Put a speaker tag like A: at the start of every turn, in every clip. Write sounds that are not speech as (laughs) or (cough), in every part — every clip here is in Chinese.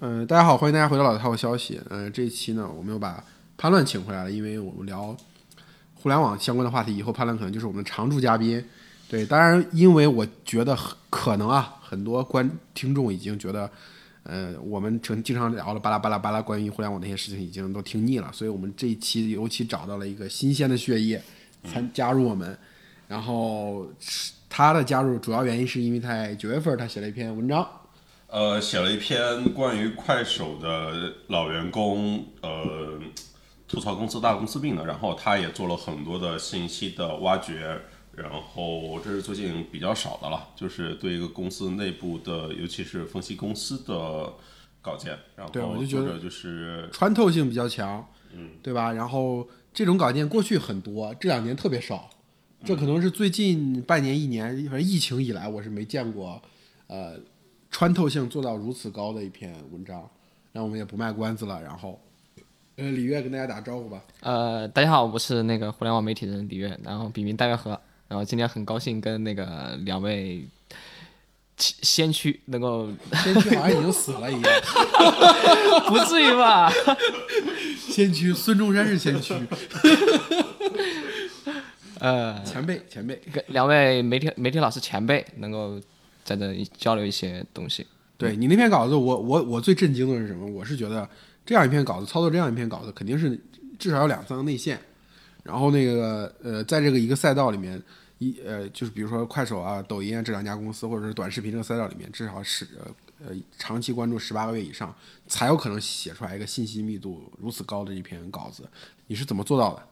A: 呃，大家好，欢迎大家回到老套消息。呃，这一期呢，我们又把潘乱请回来了，因为我们聊互联网相关的话题，以后潘乱可能就是我们的常驻嘉宾。对，当然，因为我觉得很可能啊，很多观听众已经觉得，呃，我们成经常聊了巴拉巴拉巴拉关于互联网那些事情，已经都听腻了，所以我们这一期尤其找到了一个新鲜的血液参加入我们，然后是他的加入主要原因是因为在九月份他写了一篇文章，
B: 呃，写了一篇关于快手的老员工，呃，吐槽公司大公司病的。然后他也做了很多的信息的挖掘，然后这是最近比较少的了，就是对一个公司内部的，尤其是分析公司的稿件。然
A: 对我
B: 后
A: 就觉
B: 作
A: 得
B: 者就是
A: 穿透性比较强，嗯，对吧？然后这种稿件过去很多，这两年特别少，这可能是最近半年一年，反正疫情以来我是没见过，呃，穿透性做到如此高的一篇文章。那我们也不卖关子了，然后，呃，李月跟大家打招呼吧。
C: 呃，大家好，我是那个互联网媒体人李月，然后笔名大月河，然后今天很高兴跟那个两位先先驱能够
A: 先驱好像已经死了一样，
C: 不至于吧？ (laughs)
A: 先驱孙中山是先驱， (laughs)
C: 呃，
A: 前辈前辈。
C: 跟两位媒体媒体老师前辈能够在这里交流一些东西。
A: 对你那篇稿子我，我我最震惊的是什么？我是觉得这样一篇稿子，操作这样一篇稿子，肯定是至少有两三个内线，然后那个呃，在这个一个赛道里面，一呃，就是比如说快手啊、抖音啊这两家公司，或者是短视频这个赛道里面，至少是呃呃长期关注十八个月以上，才有可能写出来一个信息密度如此高的一篇稿子。你是怎么做到的？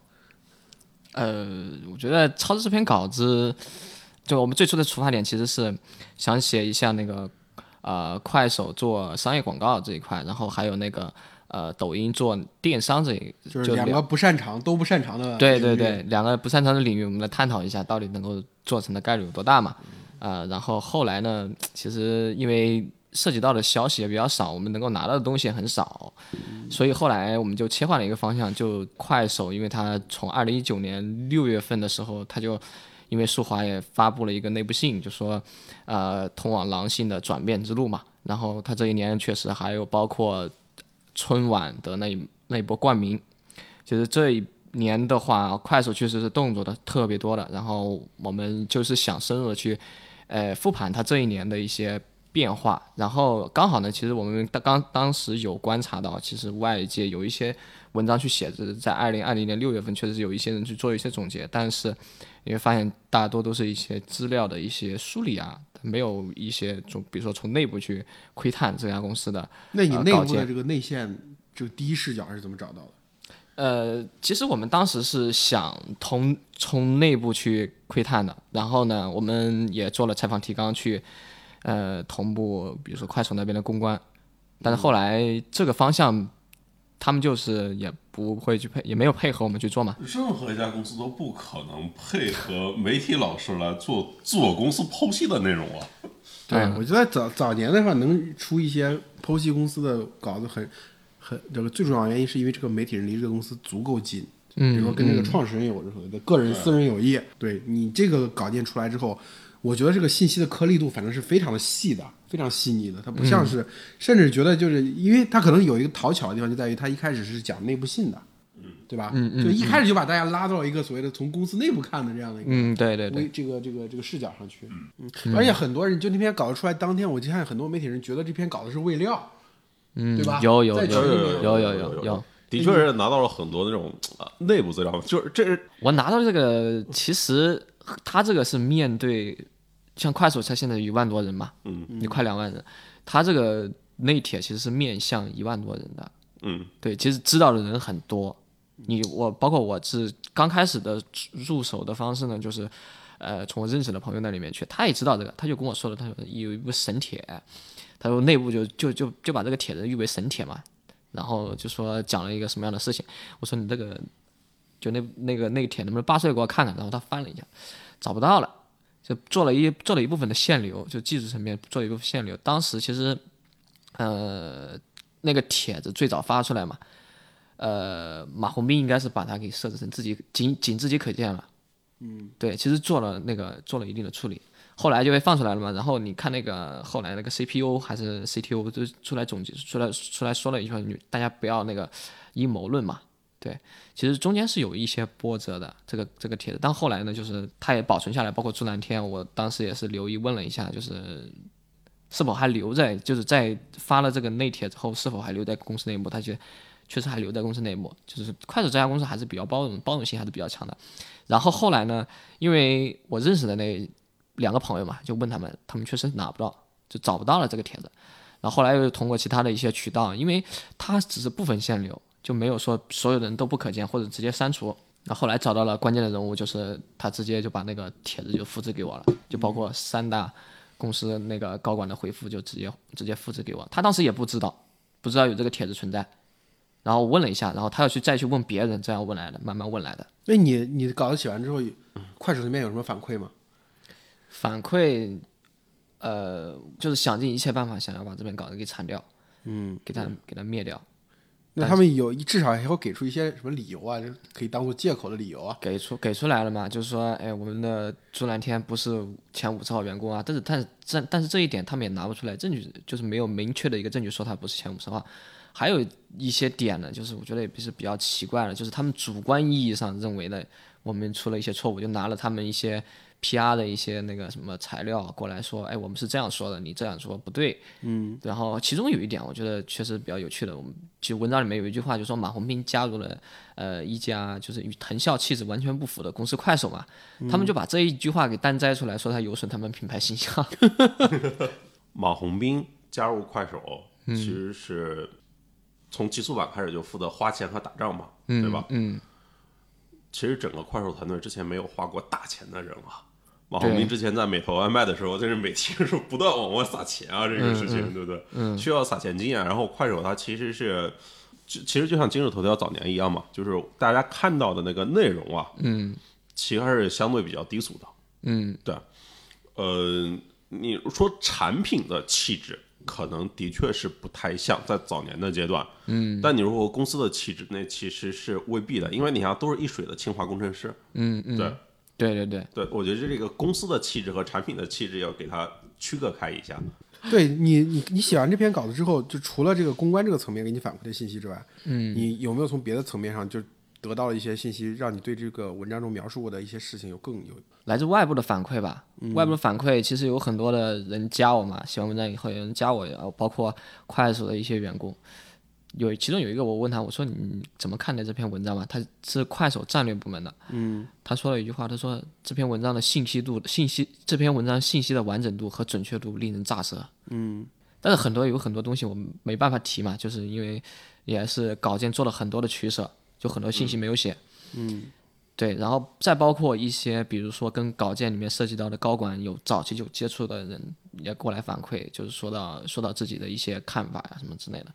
C: 呃，我觉得超市这篇稿子，就我们最初的出发点其实是想写一下那个呃快手做商业广告这一块，然后还有那个呃抖音做电商这一，
A: 就是两个不擅长都不擅长的
C: 对
A: 领
C: 对
A: 域
C: 对，两个不擅长的领域，我们来探讨一下到底能够做成的概率有多大嘛？呃，然后后来呢，其实因为涉及到的消息也比较少，我们能够拿到的东西也很少，所以后来我们就切换了一个方向，就快手，因为它从二零一九年六月份的时候，它就因为速滑也发布了一个内部信，就说呃通往狼性的转变之路嘛。然后它这一年确实还有包括春晚的那一那一波冠名，其实这一年的话，快手确实是动作的特别多的。然后我们就是想深入的去，呃，复盘它这一年的一些变化。然后刚好呢，其实我们当刚当时有观察到，其实外界有一些文章去写，就是在二零二零年六月份，确实是有一些人去做一些总结，但是你会发现大多都是一些资料的一些梳理啊，没有一些从比如说从内部去窥探这家公司的
A: 那你
C: 呃
A: 内
C: 稿
A: 部的
C: 件
A: 这个内线，这个第一视角是怎么找到的？
C: 呃，其实我们当时是想从从内部去窥探的，然后呢，我们也做了采访提纲去，呃，同步比如说快手那边的公关，但是后来这个方向，他们就是也不会去配，也没有配合我们去做嘛。
B: 任何一家公司都不可能配合媒体老师来做自我公司剖析的内容啊。
A: 对，
C: 嗯
A: 我觉得早早年的话，能出一些剖析公司的稿子很，很这个最重要的原因是因为这个媒体人离这个公司足够近，
C: 嗯
A: 比如说跟这个创始人有着所谓的个人私人友谊。对你这个稿件出来之后，我觉得这个信息的颗粒度反正是非常的细的，非常细腻的。它不像是，甚至觉得就是因为它可能有一个讨巧的地方，就在于它一开始是讲内部信的，对吧？嗯嗯，就一开始就把大家拉到一个所谓的从公司内部看的这样的一个
C: 嗯，对对对，
A: 微这个这个这个视角上去。嗯，而且很多人就那篇稿子出来当天，我就看很多媒体人觉得这篇稿子是未料，
C: 嗯
A: 对吧，
C: 有有
A: 在
C: 有
A: 群里面
C: 有有有有有，
B: 的确是拿到了很多那种呃内部资料，就是这是
C: 我拿到这个，其实他这个是面对像快手，它现在有一万多人嘛，
B: 嗯，
C: 你快两万人，他这个内帖其实是面向一万多人的，
B: 嗯
C: 对，其实知道的人很多。你我包括我是刚开始的入手的方式呢，就是，呃，从我认识的朋友那里面去，他也知道这个，他就跟我说了，他说有一部神帖，他说内部就就就就把这个帖子誉为神帖嘛，然后就说讲了一个什么样的事情，我说你这个就那那个那个帖能不能扒出来给我看看，然后他翻了一下，找不到了，就做了一做了一部分的限流，就技术层面做了一部分限流，当时其实，呃，那个帖子最早发出来嘛，呃，马红斌应该是把它给设置成自己仅仅自己可见了。嗯，对，其实做了那个做了一定的处理。后来就被放出来了嘛。然后你看那个后来那个 CPO 还是 CTO 就出来总结出来出来说了一句话，你大家不要那个阴谋论嘛。对，其实中间是有一些波折的，这个这个帖子，但后来呢，就是它也保存下来，包括朱南天，我当时也是留意问了一下，就是是否还留在，就是在发了这个内帖之后，是否还留在公司内部？他觉得确实还留在公司内部，就是快手这家公司还是比较包容，包容性还是比较强的。然后后来呢，因为我认识的那两个朋友嘛，就问他们，他们确实拿不到，就找不到了这个帖子。然后后来又通过其他的一些渠道，因为它只是部分限流，就没有说所有人都不可见或者直接删除。那后来找到了关键的人物，就是他直接就把那个帖子就复制给我了，就包括三大公司那个高管的回复，就直接直接复制给我。他当时也不知道，不知道有这个帖子存在，然后问了一下，然后他要去再去问别人，这样问来的，慢慢问来的。
A: 那你你稿子写完之后，快手那边有什么反馈吗？
C: 反馈，呃，就是想尽一切办法想要把这篇稿子给铲掉，嗯，给它给它灭掉，
A: 那他们有至少还会给出一些什么理由啊，就是可以当做借口的理由啊。
C: 给出给出来了嘛，就是说，哎，我们的朱蓝天不是前五十号员工啊，但是但是但但是这一点他们也拿不出来证据，就是没有明确的一个证据说他不是前五十号。还有一些点呢，就是我觉得也是比较奇怪的，就是他们主观意义上认为的我们出了一些错误，就拿了他们一些 PR 的一些那个什么材料过来说，哎，我们是这样说的，你这样说不对，嗯。然后其中有一点我觉得确实比较有趣的，我们其实文章里面有一句话就说马红斌加入了呃一家就是与藤校气质完全不符的公司快手嘛，他们就把这一句话给单摘出来说他有损他们品牌形象，
B: 马红斌加入快手，其实是从极速版开始就负责花钱和打仗嘛，对吧？
C: 嗯，
B: 其实整个快手团队之前没有花过大钱的人啊。马红斌之前在美团外卖的时候，真是每天是不断往外撒钱啊，这个事情、对不对？需要撒钱经验。然后快手它其实是，就其实就像今日头条早年一样嘛，就是大家看到的那个内容啊，嗯，其实还是相对比较低俗的，嗯，对。呃，你说产品的气质，可能的确是不太像在早年的阶段，嗯，但你如果公司的气质，那其实是未必的，因为你看都是一水的清华工程师，嗯嗯，对
C: 对对对，
B: 对，我觉得这个公司的气质和产品的气质要给它区隔开一下，
A: 对你，你你写完这篇稿子之后，就除了这个公关这个层面给你反馈的信息之外，嗯，你有没有从别的层面上就得到了一些信息，让你对这个文章中描述过的一些事情有更有？
C: 来自外部的反馈吧。外部的反馈其实有很多的人加我嘛，写完文章以后有人加我，然后包括快手的一些员工，有其中有一个我问他，我说你怎么看待这篇文章嘛？他是快手战略部门的，嗯，他说了一句话，他说这篇文章的信息度、信息这篇文章信息的完整度和准确度令人咋舌，嗯，但是很多有很多东西我们没办法提嘛，就是因为也是稿件做了很多的取舍，就很多信息没有写。对，然后再包括一些，比如说跟稿件里面涉及到的高管有早期有接触的人也过来反馈，就是说到说到自己的一些看法呀、什么之类的。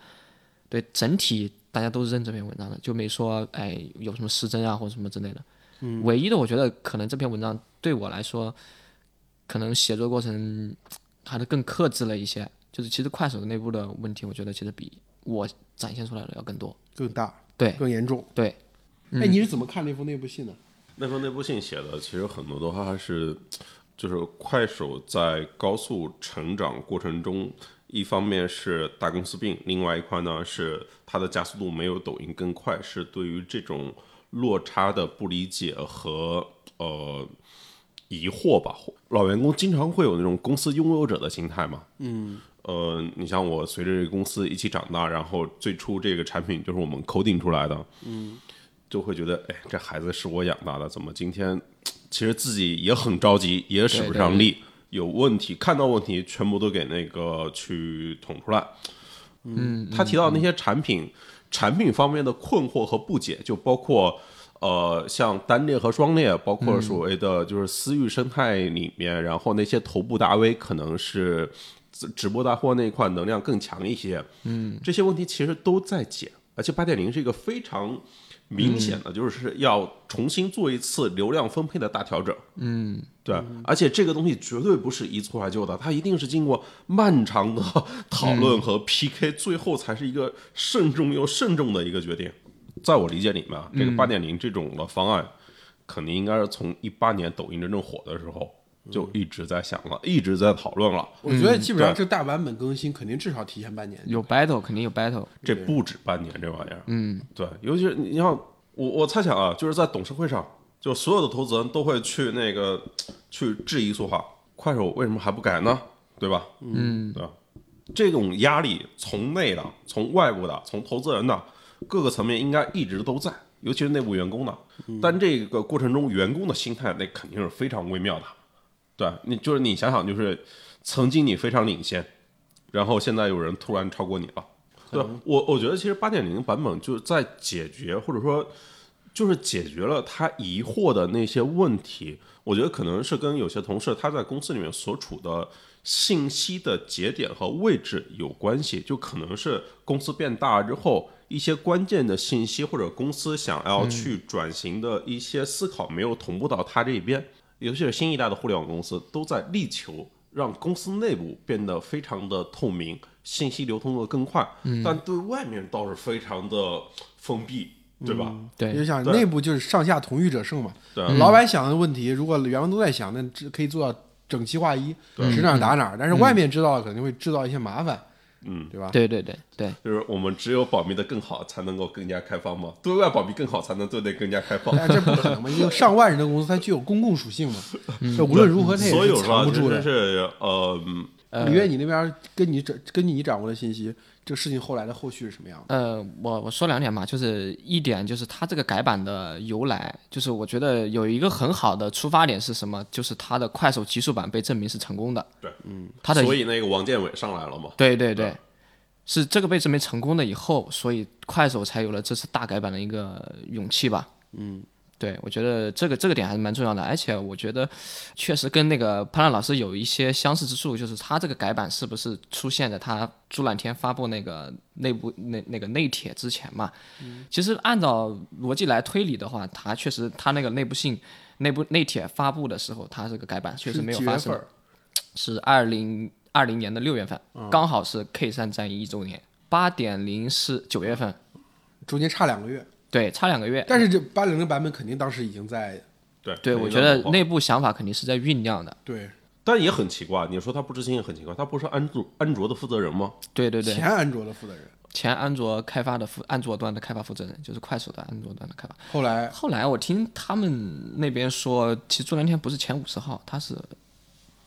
C: 对，整体大家都是认这篇文章的，就没说哎有什么失真啊或者什么之类的。嗯，唯一的我觉得可能这篇文章对我来说，可能写作过程还是更克制了一些。就是其实快手内部的问题，我觉得其实比我展现出来的要更多。
A: 更大，
C: 对
A: 更严重。
C: 对，嗯
A: 哎，你是怎么看那封内部信的？
B: 那封内部信写的，其实很多的话还是，就是快手在高速成长过程中，一方面是大公司病，另外一块呢是它的加速度没有抖音更快，是对于这种落差的不理解和呃疑惑吧。老员工经常会有那种公司拥有者的心态嘛，呃，你像我随着这个公司一起长大，然后最初这个产品就是我们 coding 出来的，嗯，就会觉得，哎，这孩子是我养大的，怎么今天其实自己也很着急，也使不上力，有问题，看到问题全部都给那个去捅出来。嗯，他提到那些产品，产品方面的困惑和不解，就包括。呃，像单列和双列，包括所谓的就是私域生态里面，然后那些头部大 V 可能是直直播带货那一块能量更强一些，嗯，这些问题其实都在解，而且八点零是一个非常明显的，就是要重新做一次流量分配的大调整，嗯，对，而且这个东西绝对不是一蹴而就的，它一定是经过漫长的讨论和 PK，、最后才是一个慎重又慎重的一个决定。在我理解里面啊，这个八点零这种的方案，肯定应该是从一八年抖音真正火的时候，就一直在想了，一直在讨论了。
A: 我觉得基本上这大版本更新肯定至少提前半年。
C: 有 battle 肯定有 battle，
B: 这不止半年这玩意儿。嗯，对，尤其是你像我，我猜想啊，就是在董事会上，就所有的投资人都会去那个去质疑说话，快手为什么还不改呢？对吧？嗯，对吧，这种压力从内的、从外部的、从投资人的各个层面应该一直都在，尤其是内部员工的。但这个过程中，员工的心态那肯定是非常微妙的。对你就是你想想，就是曾经你非常领先，然后现在有人突然超过你了。对我，我觉得其实八点零版本就是在解决，或者说就是解决了他疑惑的那些问题。我觉得可能是跟有些同事他在公司里面所处的信息的节点和位置有关系，就可能是公司变大之后一些关键的信息或者公司想要去转型的一些思考没有同步到他这边。尤其是新一代的互联网公司，都在力求让公司内部变得非常的透明，信息流通的更快，但对外面倒是非常的封闭，对吧？
A: 你就
C: 对，嗯
A: 想
B: 对
A: 内部就是上下同欲者胜嘛。
B: 对
A: 老板想的问题，如果员工都在想，那只可以做到整齐划一，指哪儿打哪
C: 嗯
A: 儿。但是外面知道了，肯定会制造一些麻烦，
B: 嗯，
A: 对吧？
C: 对对对对，
B: 就是我们只有保密的更好，才能够更加开放吗？对外保密更好，才能对内更加开放。
A: 但这不可能嘛，因为上万人的公司它具有公共属性嘛，
C: 嗯
A: 这无论如何它也
B: 所以
A: 是
B: 我说
A: 藏
B: 啊
A: 不住
B: 真
A: 的。
B: 是呃，嗯
A: 李月，你那边根据掌根据你掌握的信息，这个事情后来的后续是什么样的？
C: 呃，我我说两点嘛，就是一点就是它这个改版的由来，就是我觉得有一个很好的出发点是什么，就是它的快手极速版被证明是成功的，
B: 对，
C: 嗯，它的
B: 所以啊那个王建伟上来了嘛，
C: 对对对，是这个被证明成功了以后，所以快手才有了这次大改版的一个勇气吧。嗯，对，我觉得这个这个点还是蛮重要的，而且我觉得确实跟那个潘浪老师有一些相似之处，就是他这个改版是不是出现在他朱揽天发布那个内部那那个内帖之前嘛？
A: 嗯
C: 其实按照逻辑来推理的话，他确实他那个内部信。内部内帖发布的时候，他这个改版确实没有
A: 是几
C: 发
A: 月
C: 生
A: 份。儿？
C: 是二零二零年的六月份，
A: 嗯
C: 刚好是 K 三战役一周年。八点零是九月份，
A: 中间差两个月，
C: 对，差两个月。
A: 但是这八零零版本肯定当时已经在
B: 对
C: 对，
B: 那个
C: 我觉得
B: 网红
C: 内部想法肯定是在酝酿的。
A: 对
B: 但也很奇怪，你说他不知情也很奇怪，他不是安卓安卓的负责人吗？
C: 对对对，
A: 前安卓的负责人，
C: 前安卓开发的负安卓端的开发负责人就是快手的安卓端的开发。
A: 后来
C: 后来我听他们那边说，其实朱蓝天不是前五十号，他是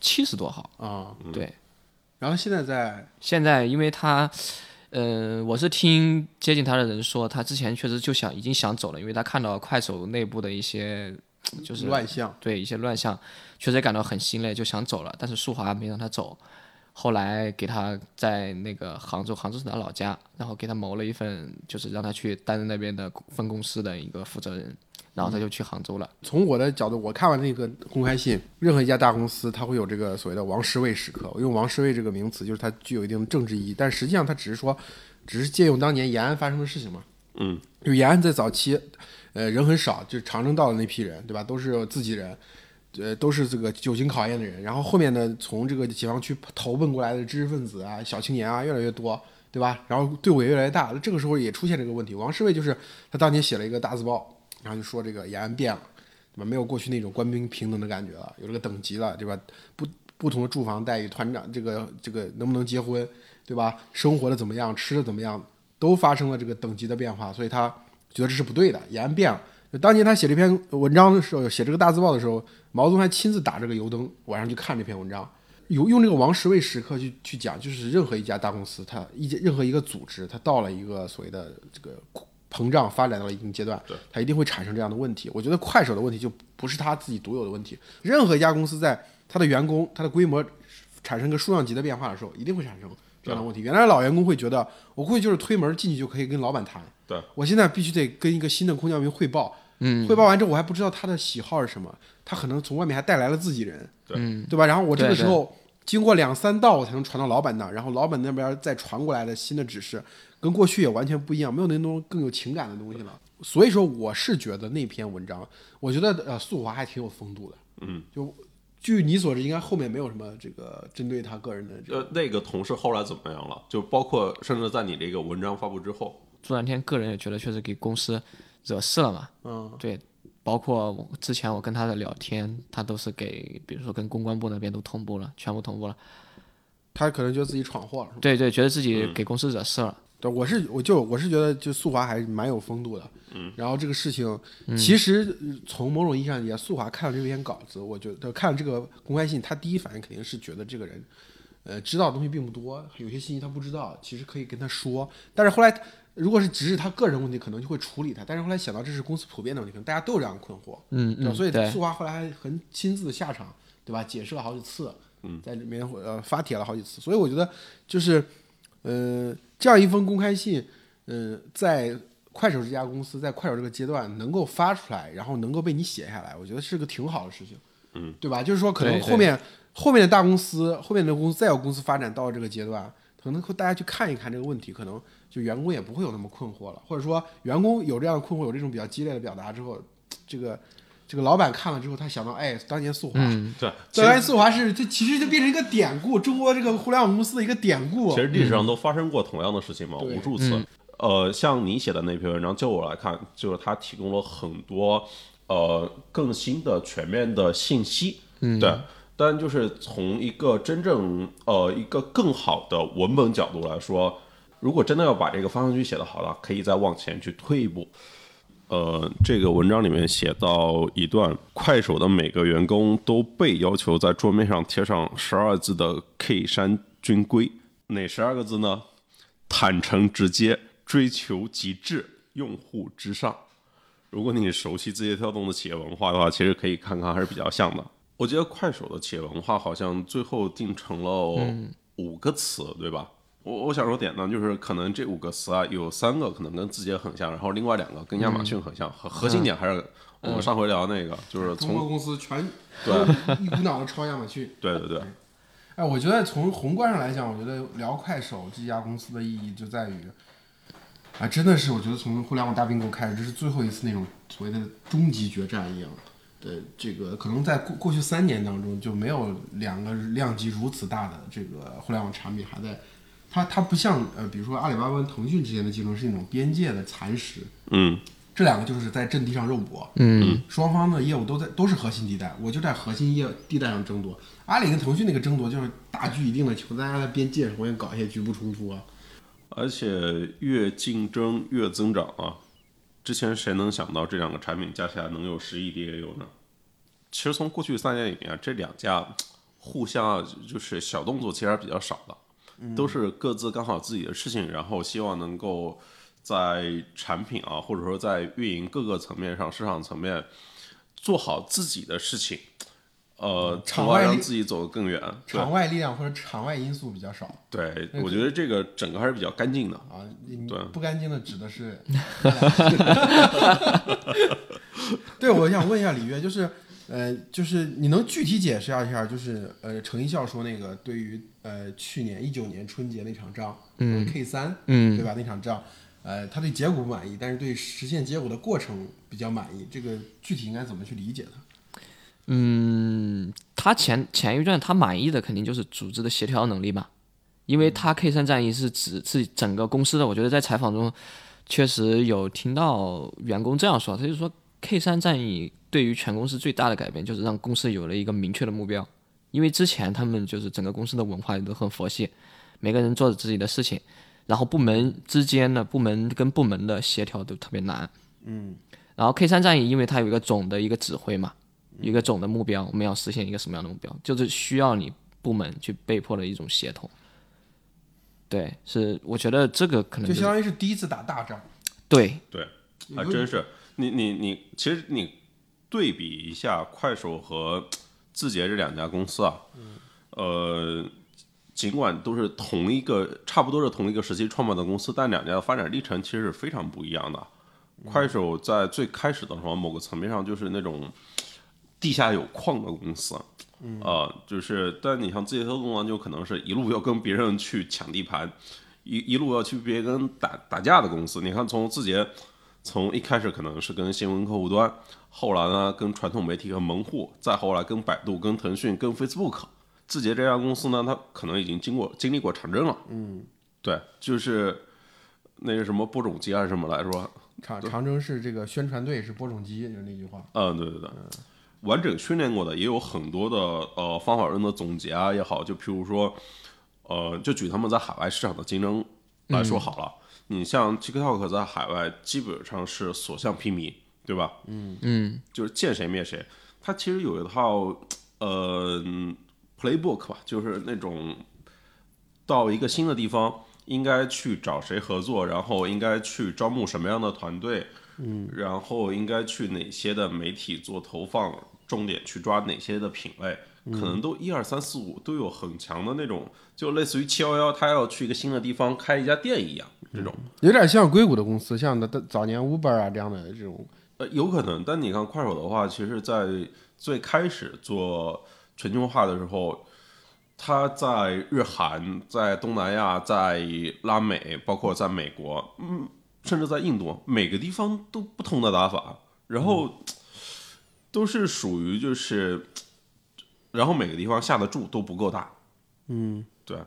C: 七十多号。
A: 啊，
C: 对，
A: 然后现在在
C: 现在因为他，呃，我是听接近他的人说，他之前确实就想已经想走了，因为他看到快手内部的一些就是
A: 乱象，
C: 对一些乱象，确实也感到很心累，就想走了，但是舒华没让他走。后来给他在那个杭州，杭州是他老家，然后给他谋了一份，就是让他去担任那边的分公司的一个负责人，然后他就去杭州了。
A: 从我的角度，我看完那个公开信，任何一家大公司，它会有这个所谓的“王师位”时刻。我用“王师位”这个名词，就是它具有一定的政治意义，但实际上它只是说，只是借用当年延安发生的事情嘛。嗯，就延安在早期，呃，人很少，就是长征到的那批人，对吧？都是自己人，呃，都是这个久经考验的人。然后后面呢，从这个解放区投奔过来的知识分子啊、小青年啊，越来越多，对吧？然后队伍也越来越大，那这个时候也出现这个问题。王世卫就是他当年写了一个大字报，然后就说这个延安变了，对吧？没有过去那种官兵平等的感觉了，有这个等级了，对吧？不不同的住房待遇，团长这个这个能不能结婚，对吧？生活的怎么样，吃的怎么样，都发生了这个等级的变化，所以他觉得这是不对的，延安变了。就当年他写这篇文章的时候，写这个大字报的时候，毛泽东还亲自打这个油灯，晚上去看这篇文章。有用这个王石卫时刻去去讲，就是任何一家大公司，它一家任何一个组织，它到了一个所谓的这个膨胀发展到了一定阶段，它一定会产生这样的问题。我觉得快手的问题就不是它自己独有的问题，任何一家公司在它的员工、它的规模产生个数量级的变化的时候，一定会产生这样的问题。原来老员工会觉得，我过去就是推门进去就可以跟老板谈，
B: 对
A: 我现在必须得跟一个新的空降兵汇报，嗯，汇报完之后我还不知道他的喜好是什么，他可能从外面还带来了自己人，
B: 对
A: 对吧？然后我这个
C: 对
A: 时候经过两三道，我才能传到老板那儿，然后老板那边再传过来的新的指示，跟过去也完全不一样，没有那种更有情感的东西了。所以说，我是觉得那篇文章，我觉得呃，宿华还挺有风度的，嗯，就据你所知，应该后面没有什么这个针对他个人的这个
B: 呃，那个同事后来怎么样了？就包括甚至在你这个文章发布之后，
C: 朱蓝天个人也觉得确实给公司惹事了嘛，
A: 嗯，
C: 对，包括我之前我跟他的聊天，他都是给，比如说跟公关部那边都同步了，全部同步了。
A: 他可能觉得自己闯祸了。
C: 对对，觉得自己给公司惹事了。
A: 对，我是我就我是觉得就速滑还是蛮有风度的。嗯，然后这个事情其实呃从某种意义上讲，速滑看了这篇稿子，我觉得看了这个公开信，他第一反应肯定是觉得这个人，呃，知道的东西并不多，有些信息他不知道，其实可以跟他说。但是后来，如果是只是他个人问题，可能就会处理他。但是后来想到这是公司普遍的问题，可能大家都有这样的困惑。
C: 嗯
A: 对吧
C: 嗯，
A: 所以
C: 对
A: 速滑后来还很亲自下场，对吧？解释了好几次，嗯，在里面呃发帖了好几次，所以我觉得就是，呃，这样一封公开信，呃，在快手这家公司在快手这个阶段能够发出来，然后能够被你写下来，我觉得是个挺好的事情，嗯，对吧？就是说，可能
C: 对对
A: 后面后面的大公司，后面的公司再有公司发展到这个阶段，可能会大家去看一看这个问题，可能就员工也不会有那么困惑了，或者说员工有这样的困惑，有这种比较激烈的表达之后，这个这个老板看了之后，他想到，哎，当年速滑，
B: 对，其
A: 当
B: 实
A: 年速滑是这其实就变成一个典故，中国这个互联网公司的一个典故
B: 其。实历史上都发生过同样的事情嘛，
A: 对
B: 无数次。呃，像你写的那篇文章，就我来看，就是它提供了很多呃更新的、全面的信息。嗯，对。但就是从一个真正呃一个更好的文本角度来说，如果真的要把这个方向去写得好了，可以再往前去退一步。呃，这个文章里面写到一段，快手的每个员工都被要求在桌面上贴上十二字的 K 山军规，哪十二个字呢？坦诚直接，追求极致，用户至上。如果你熟悉字节跳动的企业文化的话，其实可以看看，还是比较像的。我记得快手的企业文化好像最后定成了五个词，对吧？我我想说点呢，就是可能这五个词啊，有三个可能跟字节很像，然后另外两个跟亚马逊很像，核、核心点还是我们上回聊那个，就是
A: 中国
B: 从
A: 公司全
B: 对
A: 一股脑的抄亚马逊。
B: 对对对，
A: 哎，我觉得从宏观上来讲，我觉得聊快手这家公司的意义就在于，啊，真的是我觉得从互联网大并购开始，这是最后一次那种所谓的终极决战一样的这个，可能在过过去三年当中就没有两个量级如此大的这个互联网产品还在。它它不像呃，比如说阿里巴巴跟腾讯之间的竞争是那种边界的蚕食，
B: 嗯
A: 这两个就是在阵地上肉搏，
C: 嗯，
A: 双方的业务都在都是核心地带，我就在核心业地带上争夺。阿里跟腾讯那个争夺就是大局已定的情况下，大家在边界上我也搞一些局部冲突啊。
B: 而且越竞争越增长啊！之前谁能想到这两个产品加起来能有十亿 DAU 呢？其实从过去三年里面，这两家互相啊，就是小动作其实还是比较少的，都是各自干好自己的事情，然后希望能够在产品啊，或者说在运营各个层面上、市场层面做好自己的事情，呃，
A: 场
B: 从而
A: 外
B: 让
A: 力
B: 自己走得更远。对
A: 场外力量或者场外因素比较少
B: 对，我觉得这个整个还是比较干净的。
A: 啊，你
B: 对
A: 不干净的指的
B: (laughs)
A: 是。对，我想问一下李月，就是呃，就是你能具体解释一下，就是呃，程一笑说那个对于呃去年一九年春节那场仗，嗯，K 三，嗯，对吧？那场仗，呃，他对结果不满意，但是对实现结果的过程比较满意，这个具体应该怎么去理解它？
C: 他前前一段他满意的肯定就是组织的协调能力嘛，因为他 K 三战役是指是整个公司的，我觉得在采访中确实有听到员工这样说，他就说 K 三战役对于全公司最大的改变就是让公司有了一个明确的目标，因为之前他们就是整个公司的文化都很佛系，每个人做着自己的事情，然后部门之间的部门跟部门的协调都特别难，嗯，然后 K 三战役因为它有一个总的一个指挥嘛。一个总的目标，我们要实现一个什么样的目标，就是需要你部门去被迫的一种协同。对，是我觉得这个可能
A: 就
C: 就是
A: 相当于是第一次打大仗，
C: 对，
B: 对，还真是你你你，其实你对比一下快手和字节这两家公司啊，呃，尽管都是同一个差不多是同一个时期创办的公司，但两家的发展历程其实是非常不一样的。快手在最开始的时候，某个层面上就是那种地下有矿的公司，啊，就是但你像字节跳动呢，啊就可能是一路要跟别人去抢地盘，一一路要去别跟打打架的公司。你看从字节从一开始可能是跟新闻客户端，后来呢跟传统媒体和门户，再后来跟百度、跟腾讯、跟 Facebook，字节这家公司呢，它可能已经经过经历过长征了。嗯，对，就是那个什么播种机还是什么来说，
A: 长长征是这个宣传队是播种机，就是那句话。
B: 嗯，对对对，完整训练过的也有很多的呃方法论的总结啊也好，就譬如说，呃，就举他们在海外市场的竞争来说好了，你像 TikTok 在海外基本上是所向披靡，对吧？
C: 嗯，
B: 就是见谁灭谁。它其实有一套呃 playbook 吧，就是那种到一个新的地方应该去找谁合作，然后应该去招募什么样的团队，嗯，然后应该去哪些的媒体做投放，重点去抓哪些的品类。可能都一二三四五都有很强的那种，就类似于七幺幺，他要去一个新的地方开一家店一样，这种。
A: 有点像硅谷的公司，像的早年 Uber 啊这样的这种，
B: 呃，有可能，但你看快手的话，其实，在最开始做全球化的时候，它在日韩、在东南亚、在拉美，包括在美国，嗯，甚至在印度，每个地方都不同的打法，然后、都是属于就是，然后每个地方下的注都不够大，嗯，对，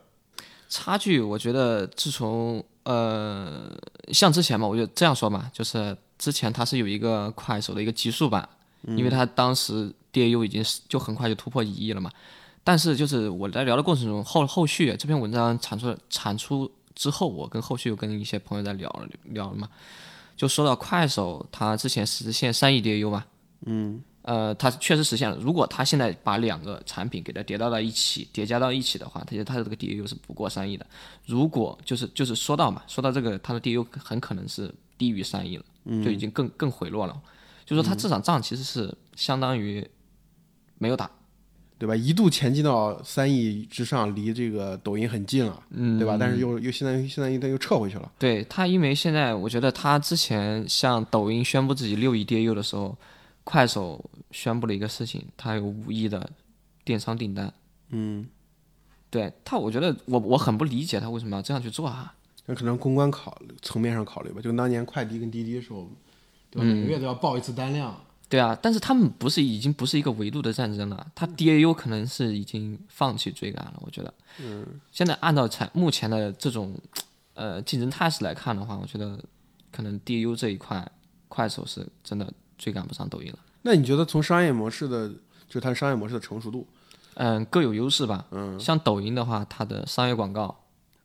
C: 差距，我觉得自从呃，像之前嘛，我就这样说嘛，就是之前它是有一个快手的一个极速版，因为它当时 DAU 已经是就很快就突破一亿了嘛。但是就是我在聊的过程中，后后续啊这篇文章产出产出之后，我跟后续又跟一些朋友在聊了聊了嘛，就说到快手，它之前实现三亿 DAU 嘛，嗯，呃，它确实实现了。如果它现在把两个产品给它叠到到一起，叠加到一起的话，它就它的这个 DAU 是不过三亿的。如果就是就是说到嘛，说到这个，它的 DAU 很可能是低于三亿了，就已经更更回落了。就说它这场仗其实是相当于没有打，
A: 对吧？一度前进到三亿之上，离这个抖音很近了，嗯，对吧？但是又又现在现在又又撤回去了，
C: 对他，因为现在我觉得他之前像抖音宣布自己六亿 DAU 的时候，快手宣布了一个事情，他有五亿的电商订单。嗯，对他，我觉得我我很不理解他为什么要这样去做啊。
A: 那可能公关考层面上考虑吧，就跟当年快递跟滴滴的时候，对吧？每个月都要报一次单量，
C: 对啊，但是他们不是已经不是一个维度的战争了，他 DAU 可能是已经放弃追赶了，我觉得。嗯。现在按照产目前的这种呃竞争态势来看的话，我觉得可能 DAU 这一块，快手是真的追赶不上抖音了。
A: 那你觉得从商业模式的，就是它商业模式的成熟度，
C: 嗯，各有优势吧。嗯，像抖音的话，它的商业广告；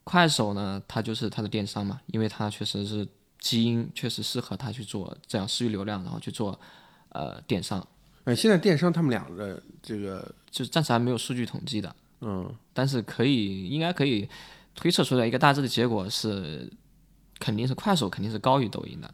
C: 快手呢，它就是它的电商嘛，因为它确实是基因确实适合它去做这样私域流量，然后去做呃电商，
A: 哎，现在电商他们俩的这个，
C: 就暂时还没有数据统计的，
A: 嗯，
C: 但是可以应该可以推测出来一个大致的结果是，肯定是快手肯定是高于抖音的。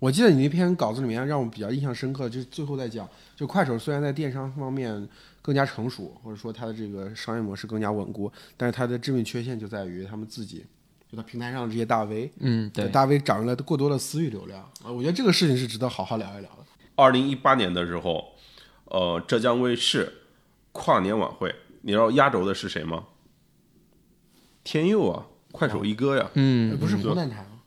A: 我记得你那篇稿子里面让我比较印象深刻，就是最后在讲，就快手虽然在电商方面更加成熟，或者说它的这个商业模式更加稳固，但是它的致命缺陷就在于他们自己，就它平台上的这些大 V，
C: 嗯，对。
A: 大 V 掌握了过多的私域流量啊，我觉得这个事情是值得好好聊一聊的。
B: 二零一八年的时候，呃，浙江卫视跨年晚会，你知道压轴的是谁吗？天佑啊，快手一哥呀，
C: 嗯
A: 呃不是湖南台吗？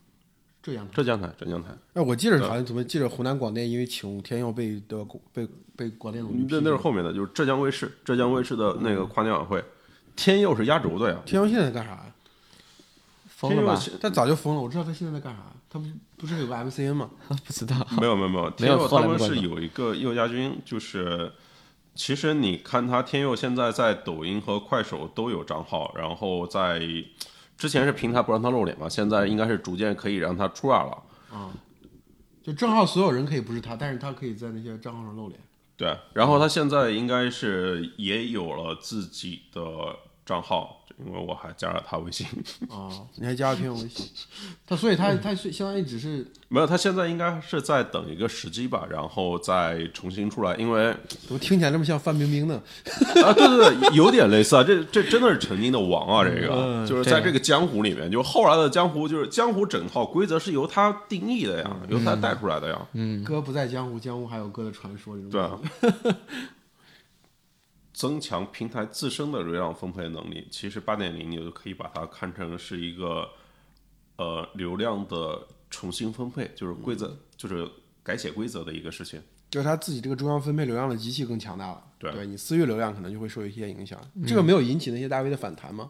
A: 浙江台。
B: 浙江台，浙江台，
A: 哎，我记着好像怎么记着湖南广电因为请天佑被的被被广电总局批
B: 那
A: 评。
B: 嗯那是后面的，就是浙江卫视，浙江卫视的那个跨年晚会，天佑是压轴的呀。
A: 天佑现在在干啥呀？
C: 疯了吧？
B: 天
A: 他早就疯了，我知道他现在在干啥。他不不是有个 MCN 吗？
C: 不知道。
B: 佑没有 (laughs) 没有没有，天佑
C: 后
B: 他
C: 来
B: 们
C: 不管
B: 是
C: 了
B: 有一个佑家军，就是其实你看他天佑现在在抖音和快手都有账号，然后在之前是平台不让他露脸嘛，现在应该是逐渐可以让他出来了。
A: 就账号所有人可以不是他，但是他可以在那些账号上露脸。
B: 对，然后他现在应该是也有了自己的账号，因为我还加了他微信。 (laughs)
A: 啊，你还加了天佑微信，他所以他他是相当于只是
B: 没有，他现在应该是在等一个时机吧，然后再重新出来，因为
A: 怎么听起来这么像范冰冰呢？
B: 啊，对对对，有点类似啊，这这真的是曾经的王啊，这个就是在这个江湖里面，就后来的江湖，就是江湖整套规则是由他定义的呀，由他带出来的呀，
A: 哥不在江湖，江湖还有哥的传说这种。
B: 对
A: (laughs)
B: 啊，增强平台自身的流量分配能力，其实八点零你就可以把它看成是一个呃流量的重新分配，就是规则，就是改写规则的一个事情。
A: 就是他自己这个中央分配流量的机器更强大了。
B: 对啊
A: 你私域流量可能就会受一些影响。这个没有引起那些大 V 的反弹吗？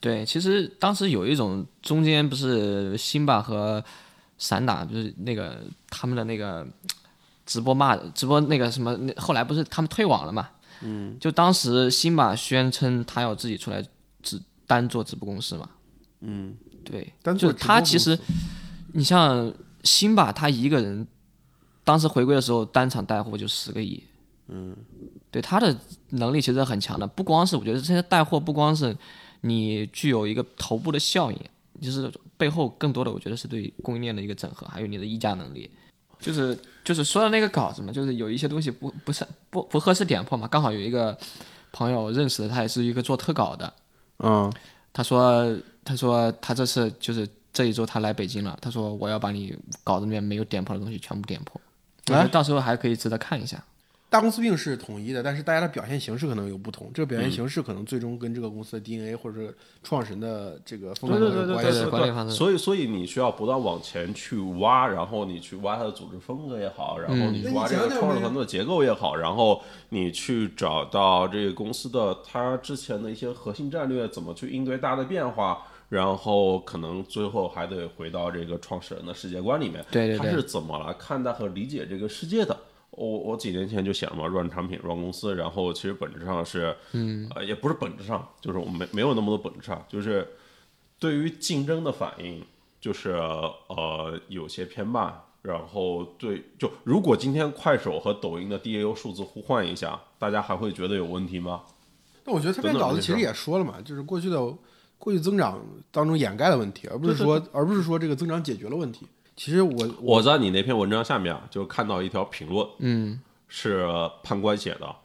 C: 对，其实当时有一种中间不是辛巴和散打，就是那个他们的那个直播骂直播那个什么，那后来不是他们退网了嘛？嗯，就当时新马宣称他要自己出来只单做直播公司嘛。嗯，对，
A: 单
C: 就
A: 做
C: 是
A: 直播
C: 他
A: 公
C: 其实
A: 司
C: 你像辛巴他一个人，当时回归的时候单场带货就十个亿，嗯，对他的能力其实很强的，不光是我觉得这些带货不光是你具有一个头部的效应，就是背后更多的我觉得是对供应链的一个整合，还有你的议价能力。就是就是说到那个稿子嘛，就是有一些东西不不是不不合适点破嘛，刚好有一个朋友认识的，他也是一个做特稿的，
A: 嗯，
C: 他说他说他这次就是这一周他来北京了，他说我要把你稿子里面没有点破的东西全部点破，我觉得到时候还可以值得看一下。
A: 大公司并是统一的，但是大家的表现形式可能有不同。这个表
B: 嗯
A: 现形式可能最终跟这个公司的 DNA 或者是创始人的这个风格
B: 对
A: 有
B: 对对
A: 关
B: 对
A: 系。
B: 对
C: 管理方式
B: 所以所以你需要不断往前去挖，然后你去挖它的组织风格也好，然后你去挖这个创始团队的结构也好，然后你去找到这个公司的它之前的一些核心战略，怎么去应对大的变化。然后可能最后还得回到这个创始人的世界观里面，
C: 对对对
B: 他是怎么来看待和理解这个世界的？我我几年前就写了嘛，run 产品，run 公司，然后其实本质上是，嗯，呃，也不是本质上，就是我们没没有那么多本质上，就是对于竞争的反应，就是呃有些偏慢。然后对，就如果今天快手和抖音的 DAU 数字互换一下，大家还会觉得有问题吗？
A: 那我觉得他篇稿子其实也说了嘛，就是过去的过去增长当中掩盖了问题，而不是说而不是说这个增长解决了问题。其实我
B: 我在你那篇文章下面啊，就看到一条评论，嗯，是判官写的，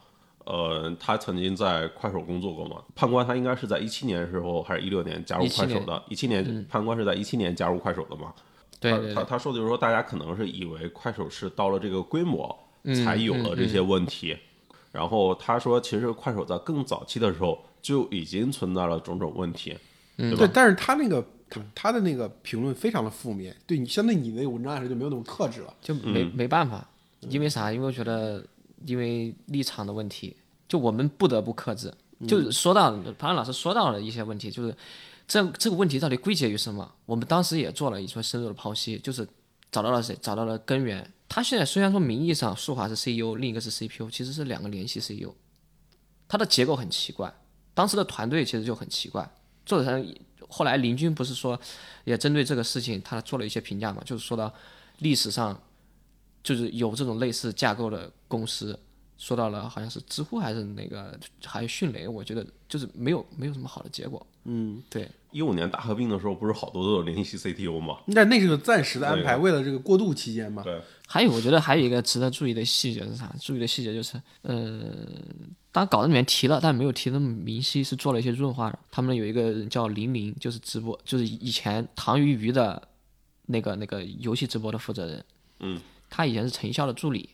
B: 呃，他曾经在快手工作过嘛，判官他应该是在一七年的时候还是一六年加嗯入快手的，一七年判官是在一七年加入快手的嘛，
C: 对
B: 他
C: 对
B: 他
C: 对，
B: 他说的就是说，大家可能是以为快手是到了这个规模
C: 嗯
B: 才有了这些问题，然后他说，其实快手在更早期的时候就已经存在了种种问题。
A: 对，但是他那个他他的那个评论非常的负面，对你相对你那个文章来说就没有那么克制了。
C: 就没、没办法，因为啥？因为我觉得因为立场的问题，就我们不得不克制。就是说到庞老师说到了一些问题，就是这这个问题到底归结于什么？我们当时也做了一些深入的剖析，就是找到了谁，找到了根源。他现在虽然说名义上舒华是 CEO，另一个是 CPO，其实是两个联系 CEO，他的结构很奇怪，当时的团队其实就很奇怪。作者上后来林军不是说也针对这个事情，他做了一些评价嘛，就是说到历史上就是有这种类似架构的公司，说到了好像是知乎还是那个还有迅雷，我觉得就是没有没有什么好的结果。嗯，对，
B: 一五年大合并的时候，不是好多都有联系 CTO 吗？
A: 但那是个暂时的安排，为了这个过渡期间嘛。
B: 对，
C: 还有，我觉得还有一个值得注意的细节是啥？注意的细节就是，呃，当然稿子里面提了，但没有提那么明晰，是做了一些润化的。他们有一个人叫林林，就是直播，就是以前唐鱼鱼的那个那个游戏直播的负责人。
B: 嗯，
C: 他以前是陈潇的助理，